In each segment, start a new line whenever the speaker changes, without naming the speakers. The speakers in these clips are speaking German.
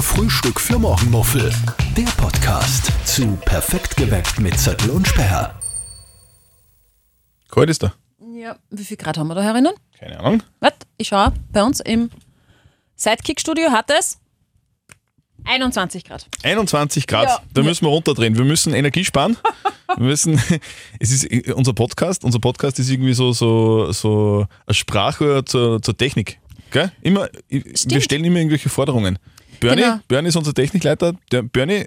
Frühstück für Morgenmuffel. Der Podcast zu Perfekt geweckt mit Zettel und Sperr.
Kalt ist da.
Ja, wie viel Grad haben wir da herinnen?
Keine Ahnung.
Was? Ich schaue, bei uns im Sidekick-Studio hat es 21 Grad.
21 Grad.
Ja.
Da müssen wir runterdrehen. Wir müssen Energie sparen. wir müssen, es ist äh, unser Podcast. Unser Podcast ist irgendwie so, so, so ein Sprachrohr zur, zur Technik. Gell? Immer, wir stellen immer irgendwelche Forderungen. Bernie,
Genau.
Bernie ist unser Technikleiter. Der, Bernie,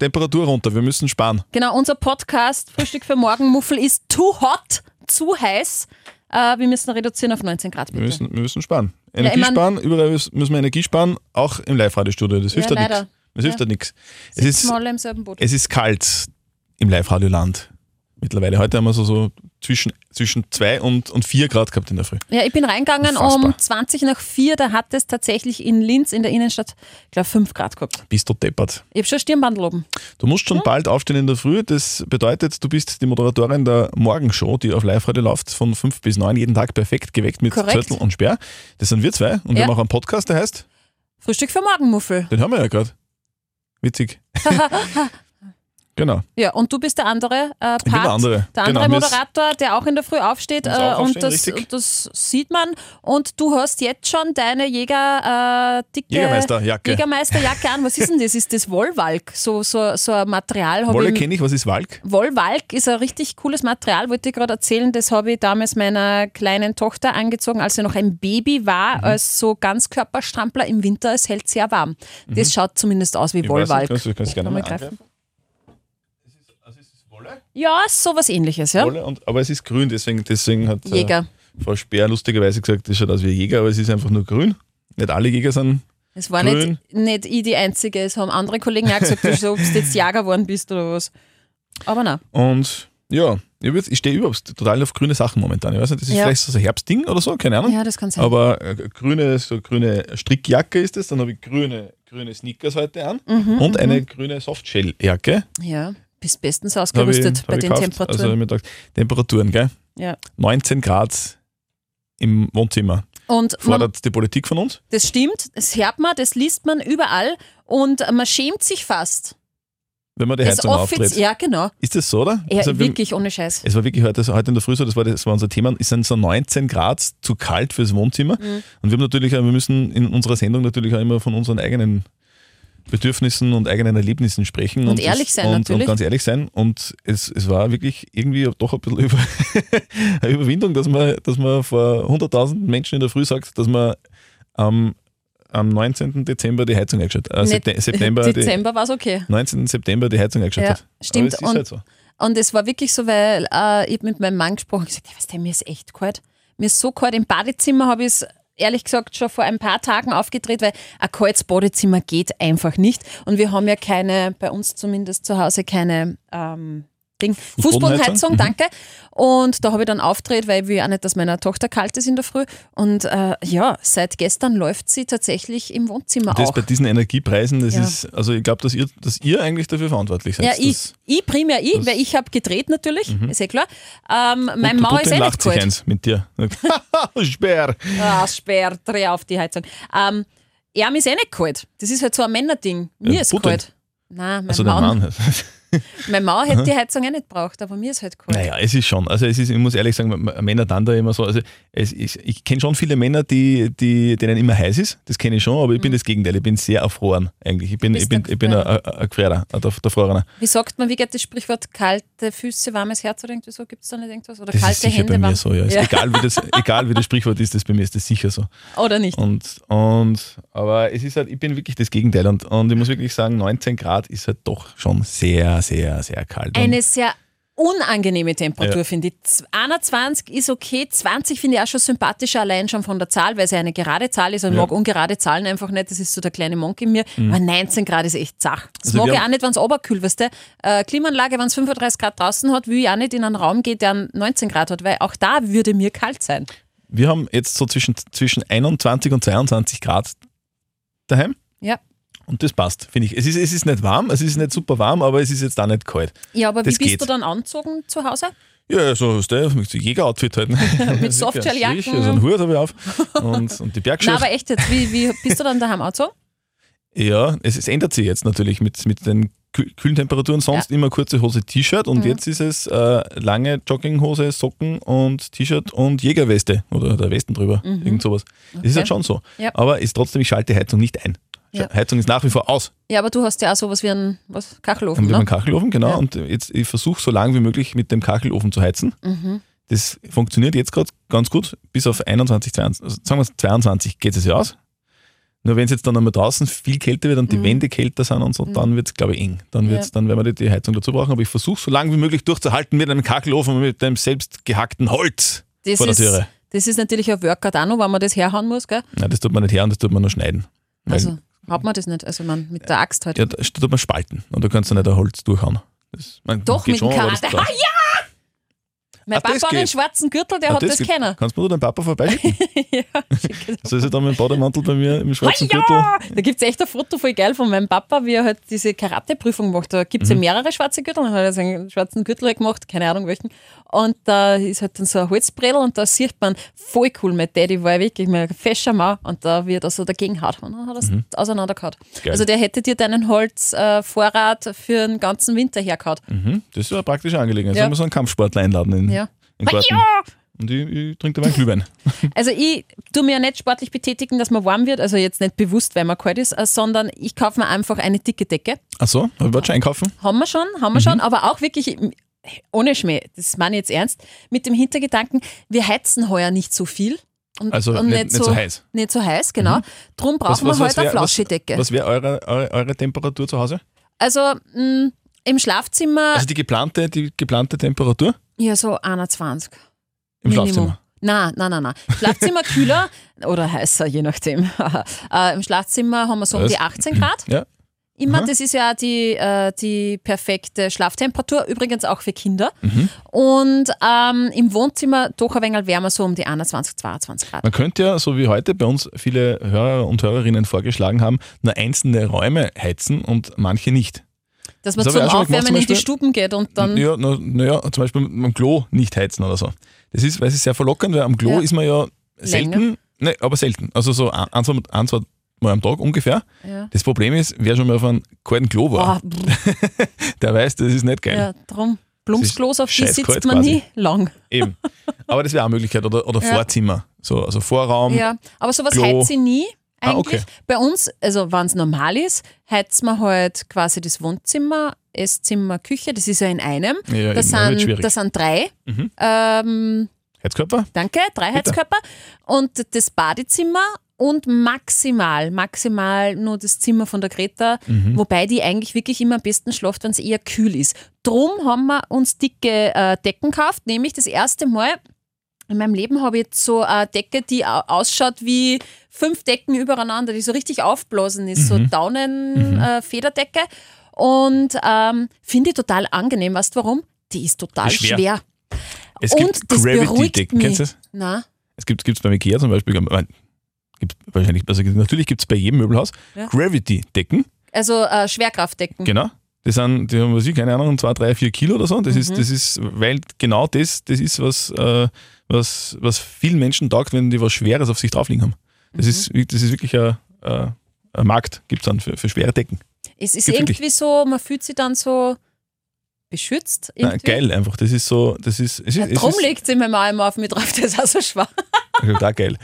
Temperatur runter. Wir müssen sparen.
Genau, unser Podcast Frühstück für Morgenmuffel ist too hot, zu heiß. Äh, wir müssen reduzieren auf 19 Grad, bitte.
Wir müssen, wir müssen sparen.
ich
Energie
mein-
sparen, überall müssen wir Energie sparen, auch im Live-Radio-Studio. Das hilft
Ja,
halt nichts.
leider.
Das hilft
Ja.
halt nichts. Es
Sitzen
ist,
wir alle im selben Boot.
es ist kalt im Live-Radio-Land mittlerweile. Heute haben wir so, so zwischen, zwischen 2 und, und 4 Grad gehabt in der Früh.
Ja, ich bin reingegangen um
Unfassbar.
20 nach 4, da hat es tatsächlich in Linz in der Innenstadt, glaube 5 Grad gehabt.
Bist du deppert.
Ich habe schon Stirnband loben.
Du musst schon bald aufstehen in der Früh. Das bedeutet, du bist die Moderatorin der Morgenshow, die auf Live-Radio läuft, von 5 bis 9 jeden Tag perfekt geweckt mit
Korrekt.
Zettel und Sperr. Das sind wir zwei. Und wir
Ja.
haben auch einen Podcast, der heißt,
Frühstück für Morgenmuffel.
den haben wir ja gerade. Witzig. genau.
Ja, und du bist der andere äh, Part,
bin der andere.
der andere
Genau, mir ist-
Moderator, der auch in der Früh aufsteht
Muss auch
äh,
aufstehen,
und, das,
richtig.
und das sieht man. Und du hast jetzt schon deine Jäger, äh, dicke
Jägermeisterjacke.
Jägermeisterjacke an. Was ist denn das? Ist das Wollwalk? So, so, so ein Material habe
Wolle
ich. im-
kenne ich, was ist Walk?
Wollwalk ist ein richtig cooles Material, wollte ich gerade erzählen. Das habe ich damals meiner kleinen Tochter angezogen, als sie noch ein Baby
Mhm.
war, als so Ganzkörperstrampler im Winter. Es hält sehr warm. Das schaut zumindest aus wie
Mhm. Ich weiß nicht,
Wollwalk.
kannst du- kannst du gerne
Kann man
mal
greifen?
Also es ist Wolle?
Ja, sowas ähnliches, ja.
Wolle und, aber es ist grün, deswegen, deswegen hat äh,
Jäger.
Frau Speer lustigerweise gesagt, das schaut aus wie ein Jäger, aber es ist einfach nur grün. Nicht alle Jäger sind.
Es war
Grün.
nicht, nicht ich die Einzige, es haben andere Kollegen auch gesagt, du so, ob du jetzt Jager geworden bist oder was. Aber nein.
Und ja, ich, würd- ich stehe überhaupt total auf grüne Sachen momentan. Ich weiß nicht, das ist
Ja.
vielleicht so ein Herbstding oder so, keine Ahnung.
Ja, das kann sein.
Aber äh, grüne, so grüne Strickjacke ist es, dann habe ich grüne, grüne Sneakers heute an und eine grüne Softshell-Jacke.
Mhm. ja, bist bestens
Hab ich-
ausgerüstet
hab
bei
ich
den
gekauft.
Temperaturen.
Also, ich hab mir gedacht, Temperaturen, gell?
ja.
19 Grad im Wohnzimmer.
Und man,
Fordert die Politik von uns?
Das stimmt, das hört man, das liest man überall und man schämt sich fast.
Wenn man die
Das
Heizung
offiz-
auftritt.
ja, genau.
Ist das so, oder?
Ja,
Also wir-
wirklich ohne Scheiß.
Es war wirklich heute, so- heute in der Früh so, das war, das war unser Thema, ist dann so 19 Grad zu kalt fürs Wohnzimmer.
Mhm.
Und wir haben natürlich, auch- wir müssen in unserer Sendung natürlich auch immer von unseren eigenen Bedürfnissen und eigenen Erlebnissen sprechen.
Und ehrlich
das-
sein
und, Und
natürlich.
ganz ehrlich sein. Und es, es war wirklich irgendwie doch ein bisschen über, eine Überwindung, dass man, dass man vor 100.000 Menschen in der Früh sagt, dass man am, am 19. Dezember die Heizung eingeschaltet äh,
Nicht-
Septe- September, die,
Dezember war es okay.
19. September die Heizung
Ja,
eingeschaltet hat. Aber es
stimmt.
ist
Und-
halt so.
Und es war wirklich so, weil äh, ich hab mit meinem Mann gesprochen und gesagt, ja, weißt du, mir ist echt kalt. Mir ist so kalt. Im Badezimmer habe ich es ehrlich gesagt schon vor ein paar Tagen aufgedreht, weil ein kaltes Badezimmer geht einfach nicht. Und wir haben ja keine, bei uns zumindest zu Hause, keine ähm, Ding.
Fußbodenheizung?
Fußbodenheizung, danke. Und da habe ich dann aufgedreht, weil ich will auch nicht, dass meiner Tochter kalt ist in der Früh. Und äh, ja, seit gestern läuft sie tatsächlich im Wohnzimmer
Das
auch.
bei diesen Energiepreisen, das
Ja.
ist, also ich glaube, dass ihr, dass ihr eigentlich dafür verantwortlich seid.
Ja,
dass-
ich, ich primär ich,
das-
weil ich habe gedreht natürlich,
Mhm.
ist eh klar. Ähm, mein
Putin
Mann ist eh nicht
lacht sich
kalt.
eins mit dir. Sperr.
Ah, Sperr, dreh auf die Heizung. Ähm, er ist eh nicht kalt. Das ist halt so ein Männerding. Mir
Ja,
ist
Putin.
kalt. Nein, mein,
Also der
Mann,
Mann.
mein Mann hätte die Heizung eh nicht braucht, aber mir ist halt kalt.
Naja, es ist schon. Also es ist, ich muss ehrlich sagen, m- Männer dann da immer so. Also es ist, ich kenne schon viele Männer, die, die, denen immer heiß ist. Das kenne ich schon, aber ich bin das Gegenteil. Ich bin sehr erfroren eigentlich. Ich bin,
Mhm. bist
ich bin,
ein
ich bin ein, ein, ein Gefährder, ein der Erfrorener.
Wie sagt man, wie geht das Sprichwort kalte Füße, warmes Herz oder irgendwie so? Gibt es da nicht irgendwas? Oder
Das ist
kalte
sicher
Hände,
bei mir
warm-
so, ja. Ist
Ja.
Egal, wie das, egal wie das Sprichwort ist, das bei mir ist das sicher so.
Oder nicht?
Und, und, aber es ist halt, ich bin wirklich das Gegenteil und, und ich muss wirklich sagen, 19 Grad ist halt doch schon sehr, sehr, sehr kalt.
Eine sehr unangenehme Temperatur,
Ja.
finde ich. Z- 21 ist okay, 20 finde ich auch schon sympathischer, allein schon von der Zahl, weil es ja eine gerade Zahl ist und
Ja. Mhm.
mag ungerade Zahlen einfach nicht. Das ist so der kleine Monk in mir. Aber 19 Grad ist echt zach. Das
Also
mag
wir
ich
haben-
auch nicht, wenn es oberkühl weißt du? Äh, Klimaanlage, wenn es 35 Grad draußen hat, will ich auch nicht in einen Raum gehen, der 19 Grad hat, weil auch da würde mir kalt sein.
und wir haben jetzt so zwischen, zwischen 21 und 22 Grad daheim
Ja.
und das passt, finde ich. Es ist, es ist nicht warm, es ist nicht super warm, aber es ist jetzt auch nicht kalt.
Ja, aber wie
Das
bist
geht.
du dann anzogen zu Hause?
Ja, so ist der, mit so Jäger-Outfit halt. Mit
Softshelljacken.
So einen Hut habe ich auf und, und die
Na,
Bergschuhe.
aber echt jetzt, wie, wie bist du dann daheim angezogen?
Ja, es, es ändert sich jetzt natürlich mit, mit den kü- kühlen Temperaturen. Sonst immer kurze Hose, T-Shirt
Mhm.
und jetzt ist es äh, lange Jogginghose, Socken und T-Shirt und Jägerweste oder der Westen drüber. Irgend sowas. Das ist halt schon so.
Mhm. Ja.
Aber ist trotzdem, ich schalte Heizung nicht ein.
Ja.
Heizung ist nach wie vor aus.
Ja, aber du hast ja auch sowas wie einen was, Kachelofen,
Dann wird
ne?
man Kachelofen, genau.
Ja.
Und jetzt ich versuche so lange wie möglich mit dem Kachelofen zu heizen.
Mhm.
Das funktioniert jetzt gerade ganz gut, bis auf 21, 22, also sagen wir 22 geht es ja aus. Nur wenn es jetzt dann einmal draußen viel kälter wird und die Wände kälter sind und so, dann wird es, glaube ich, eng. Dann wird's,
Mhm. Ja.
dann werden wir die, die Heizung dazu brauchen. Aber ich versuche so lange wie möglich durchzuhalten mit einem Kachelofen, mit dem selbst gehackten Holz
Das
vor der
ist,
Türe.
das ist natürlich ein Workout auch noch, wenn man das herhauen muss, gell?
Nein, das tut man nicht her und das tut man nur schneiden. Weil
Also hat man das nicht. Also man mit der Axt halt.
ja, da tut man spalten und da kannst du nicht ein Holz durchhauen. Das, man,
Doch,
geht
mit dem
schon, aber das
Karate.
dauert.
Ah, ja! Mein
Ah, das
Papa hat einen
geht.
schwarzen Gürtel, der
Ah,
hat das,
geht.
kennen.
Kannst du mir da deinen Papa vorbeischicken?
Schick
so ist er da mit dem Bademantel bei mir im schwarzen
Ah,
Gürtel.
ja! Da gibt es echt ein Foto voll geil von meinem Papa, wie er halt diese Karate-Prüfung macht. Da gibt es
Mhm.
ja mehrere schwarze Gürtel, dann hat er seinen schwarzen Gürtel halt gemacht, keine Ahnung welchen. Und da ist halt dann so ein Holzbredel und da sieht man, voll cool, mein Daddy war ja wirklich mein fescher Mann und da wird er so dagegen haut und dann hat er es auseinandergehauen.
Mhm. Geil.
Also der hätte dir deinen Holzvorrat äh, Vorrat für den ganzen Winter hergehauen.
Mhm, das ist ja eine praktische Angelegenheit.
Ja.
Sollen wir so einen Kampfsportler einladen in,
Ja.
in den Garten?
Ah,
Und ich, ich trinke da meinen Glühwein.
Also ich tue mir ja nicht sportlich betätigen, dass man warm wird, also jetzt nicht bewusst, weil man kalt ist, äh, sondern ich kaufe mir einfach eine dicke Decke.
Achso, ich wollte schon einkaufen.
Haben wir schon, haben wir
Mhm.
schon, aber auch wirklich im- ohne Schmäh, das meine ich jetzt ernst, mit dem Hintergedanken, wir heizen heuer nicht so viel. Und,
Also
und
nicht- nicht so heiß.
Nicht so heiß, genau. Drum
Was-
brauchen
was-
wir
was
halt eine
wär- was-
Flauschidecke.
Was wäre eure, eure, eure Temperatur zu Hause?
Also mh, im Schlafzimmer,
Also die geplante, die geplante Temperatur
ja so 21.
im
Minimum.
Schlafzimmer.
Nein, nein, nein, nein. Schlafzimmer kühler oder heißer, je nachdem. äh, Im Schlafzimmer haben wir so um
Was?
die 18 Grad.
Ja.
Immer,
Aha.
das ist ja die, äh, die perfekte Schlaftemperatur, übrigens auch für Kinder.
Mhm.
Und ähm, im Wohnzimmer doch ein wenig wärmer, so um die 21, 22 Grad.
Man könnte ja, so wie heute bei uns viele Hörer und Hörerinnen vorgeschlagen haben, nur einzelne Räume heizen und manche nicht.
Dass man
das
zum
habe ich auch schon gemacht,
Aufwärmen
zum
in die
Beispiel.
Stuben geht und dann.
Ja, na, na ja, zum Beispiel am Klo nicht heizen oder so. Das ist, weil es ist sehr verlockend, weil am Klo
Ja.
ist man ja selten, ne, aber selten. Also so ein, ein, zwei- ein, zwei Mal am Tag ungefähr.
Ja.
Das Problem ist, wer schon mal auf einem kalten Klo war,
Ah, pff,
der weiß, das ist nicht geil.
ja, drum. Plumpsklos, auf die
scheiß
sitzt
kalt
man
quasi.
nie lang.
Eben. Aber das wäre eine Möglichkeit. Oder, oder
Ja.
Vorzimmer. So, also Vorraum.
Ja, aber sowas
Klo.
heizt sie nie
Ah,
eigentlich.
okay.
Bei uns, also wenn es normal ist, heizt man halt quasi das Wohnzimmer, Esszimmer, Küche, das ist ja in einem.
Ja, eben,
das,
dann wird's
sind,
schwierig. Mhm.
das sind drei. Ähm,
Heizkörper?
danke, drei Heizkörper. Und das Badezimmer und maximal, maximal nur das Zimmer von der Greta,
Mhm.
wobei die eigentlich wirklich immer am besten schlaft, wenn es eher kühl ist. Drum haben wir uns dicke äh, Decken gekauft, nämlich das erste Mal. In meinem Leben habe ich jetzt so eine Decke, die au- ausschaut wie fünf Decken übereinander, die so richtig aufblasen ist,
Mhm.
so Daunen-Federdecke. und ähm, finde ich total angenehm. Weißt du warum? Die ist total
Ist schwer.
schwer.
Es
Und
gibt
das beruhigt
Gravity-Decken.
mich.
Kennst du das?
Na,
Es gibt es beim Ikea zum Beispiel. ich mein, Gibt's wahrscheinlich, also natürlich gibt es bei jedem Möbelhaus
Ja.
Gravity-Decken.
also äh, Schwerkraftdecken.
Genau. Die, sind, die haben, was ich, keine Ahnung, zwei, drei, vier Kilo oder so. Das,
Mhm.
ist, das ist, weil genau das, das ist, was, äh, was, was vielen Menschen taugt, wenn die was Schweres auf sich draufliegen haben.
Mhm.
Das, ist, wirk- das ist wirklich ein, äh, ein Markt, gibt es dann für, für schwere Decken.
Es ist
Gibt's
irgendwie so, man fühlt sich dann so beschützt.
Nein,
Irgendwie.
geil einfach. Das ist so, das ist, es ist,
Ja,
es
Drum
ist
legt sie mir mal immer auf mich drauf, das ist auch so schwach.
total geil.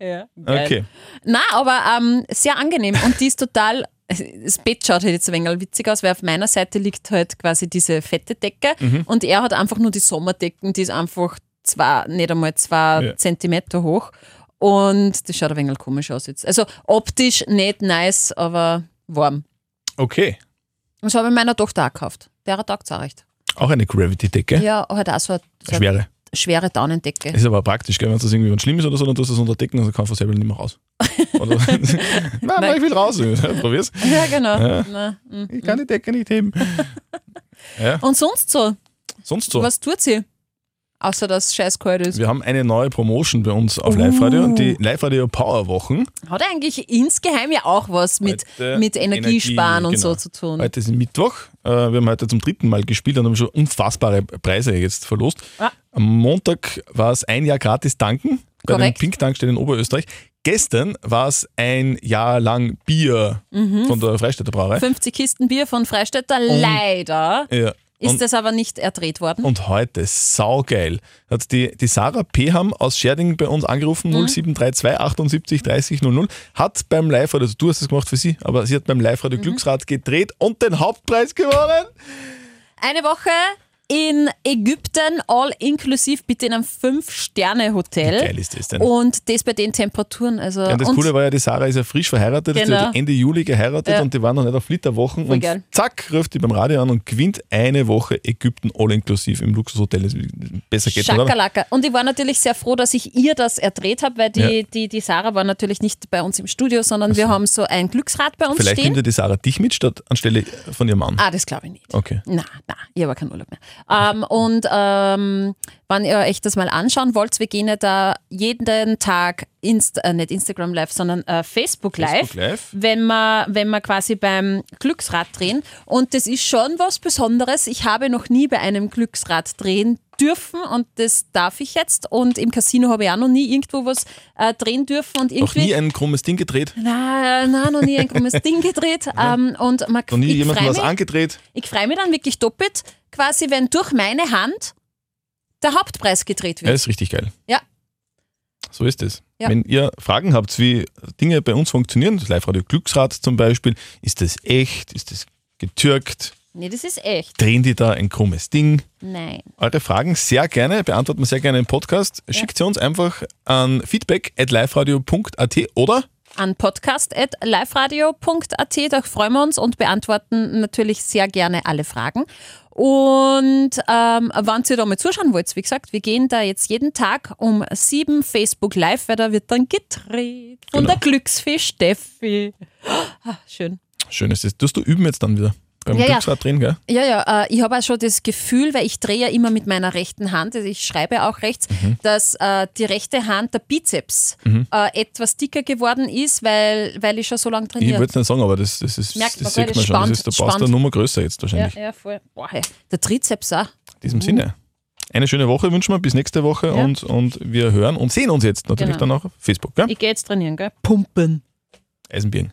Ja, geil.
Okay.
Nein, aber ähm, sehr angenehm und die ist total. Das Bett schaut halt jetzt ein wenig witzig aus, weil auf meiner Seite liegt halt quasi diese fette Decke
Mhm.
und er hat einfach nur die Sommerdecken, die ist einfach zwei, nicht einmal zwei
Ja.
Zentimeter hoch und das schaut ein wenig komisch aus jetzt. Also optisch nicht nice, aber warm.
Okay.
Und so habe ich meiner Tochter auch gekauft. Der hat auch recht.
Auch eine Gravity-Decke.
Ja, halt auch so eine, so eine
Schwere.
schwere Daunendecke.
Ist aber praktisch, gell? wenn das irgendwie was schlimm ist oder so, dann tust du es unter Decken und dann kann von selber nicht mehr raus. Oder, nein, nein, ich will raus. Probier's.
Ja, genau.
Ja.
Na, mm.
Ich kann die Decke nicht heben.
Und sonst so,
Sonst so.
was tut sie? Außer dass scheiß kalt ist.
Wir haben eine neue Promotion bei uns auf Live Radio,
Uh.
die Live Radio Power Wochen.
Hat eigentlich insgeheim ja auch was mit,
Heute
mit
Halt,
Energiesparen
äh, Energie,
und so
genau.
zu tun.
Heute ist Mittwoch. Äh, Wir haben heute zum dritten Mal gespielt und haben schon unfassbare Preise jetzt verlost.
Ah.
Am Montag war es ein Jahr gratis tanken bei den
Korrekt.
Pink-Tankstellen in Oberösterreich. gestern war es ein Jahr lang Bier
Mhm.
von der Freistädter Brauerei.
50 Kisten Bier von Freistädter, leider
Ja.
ist
und,
das aber nicht erdreht worden.
und heute, saugeil, hat die, die Sarah Peham aus Scherding bei uns
Mhm.
angerufen, 0732 78 30 00, hat beim Live-Radio, also du hast es gemacht für sie, aber sie hat beim
Mhm.
Live-Radio Glücksrad gedreht und den Hauptpreis gewonnen.
Eine Woche in Ägypten, all inklusiv, bitte in einem Fünf-Sterne-Hotel.
Wie geil ist das denn?
Und das bei den Temperaturen. Also,
Ja, und das
und
Coole war ja, die Sarah ist ja frisch verheiratet, die
Genau.
hat Ende Juli geheiratet
Ja.
und die waren noch nicht auf Flitterwochen. Und
geil.
zack, ruft die beim Radio an und gewinnt eine Woche Ägypten all inklusiv im Luxushotel. Das- Besser geht's nicht. oder?
Schakalaka. Und ich war natürlich sehr froh, dass ich ihr das erdreht habe, weil die,
Ja.
die, die Sarah war natürlich nicht bei uns im Studio, sondern wir haben so ein Glücksrad bei uns
Vielleicht
stehen.
nimmt ja die Sarah dich mit statt anstelle von ihrem Mann.
Ah, das glaube ich nicht.
Okay.
Na, na, ich habe keinen Urlaub mehr. Ähm, und ähm, wenn ihr euch das mal anschauen wollt, wir gehen ja da jeden Tag, Inst äh, nicht Instagram Live, sondern äh, Facebook Live.
Facebook Live.
Wenn wir, wenn wir quasi beim Glücksrad drehen. Und das ist schon was Besonderes. Ich habe noch nie bei einem Glücksrad drehen dürfen und das darf ich jetzt. Und im Casino habe ich auch noch nie irgendwo was äh, drehen dürfen und
Noch
irgendwie.
nie ein krummes Ding gedreht,
Nein, nein, noch nie ein krummes Ding gedreht. Ähm, und man,
noch nie
ich
jemandem
freu
was
mich-
angedreht.
ich freue mich dann wirklich doppelt, quasi, wenn durch meine Hand der Hauptpreis gedreht
Ja,
wird.
ist richtig geil.
Ja.
So ist es.
Ja.
Wenn ihr Fragen habt, wie Dinge bei uns funktionieren, das Live-Radio Glücksrad zum Beispiel, ist das echt, ist das getürkt,
Nee, das ist echt.
drehen die da ein krummes Ding?
Nein.
Eure Fragen sehr gerne, beantworten wir sehr gerne im Podcast. Schickt sie uns einfach an feedback at liveradio.at oder
An podcast.liferadio.at, da freuen wir uns und beantworten natürlich sehr gerne alle Fragen. Und ähm, wenn ihr da mal zuschauen wollt, wie gesagt, wir gehen da jetzt jeden Tag um sieben Facebook Live, weil da wird dann gedreht. Von
Genau.
der Glücksfee Steffi. Ah, schön.
schön ist das. Tust du üben jetzt dann wieder beim
Ja, ja.
Glücksrad drehen, gell?
Ja, ja, äh, ich habe auch schon das Gefühl, weil ich drehe ja immer mit meiner rechten Hand, also ich schreibe auch rechts, dass äh, die rechte Hand, der Bizeps, äh, etwas dicker geworden ist, weil, weil ich schon so lange
Ich
trainiere.
würde es nicht sagen, aber das, das, ist,
Merkt man,
das
gell,
sieht
das
man schon. Das
spannt,
ist, da passt der
spannt.
Nummer größer jetzt
Ja,
wahrscheinlich.
ja, voll. Boah, hey. Der Trizeps ah. auch.
In diesem Sinne. Eine schöne Woche wünschen wir, bis nächste Woche
Mhm. Ja.
und, und wir hören und sehen uns jetzt natürlich
Genau.
dann auch auf Facebook, gell?
Ich gehe jetzt trainieren, gell?
Eisenbirgen.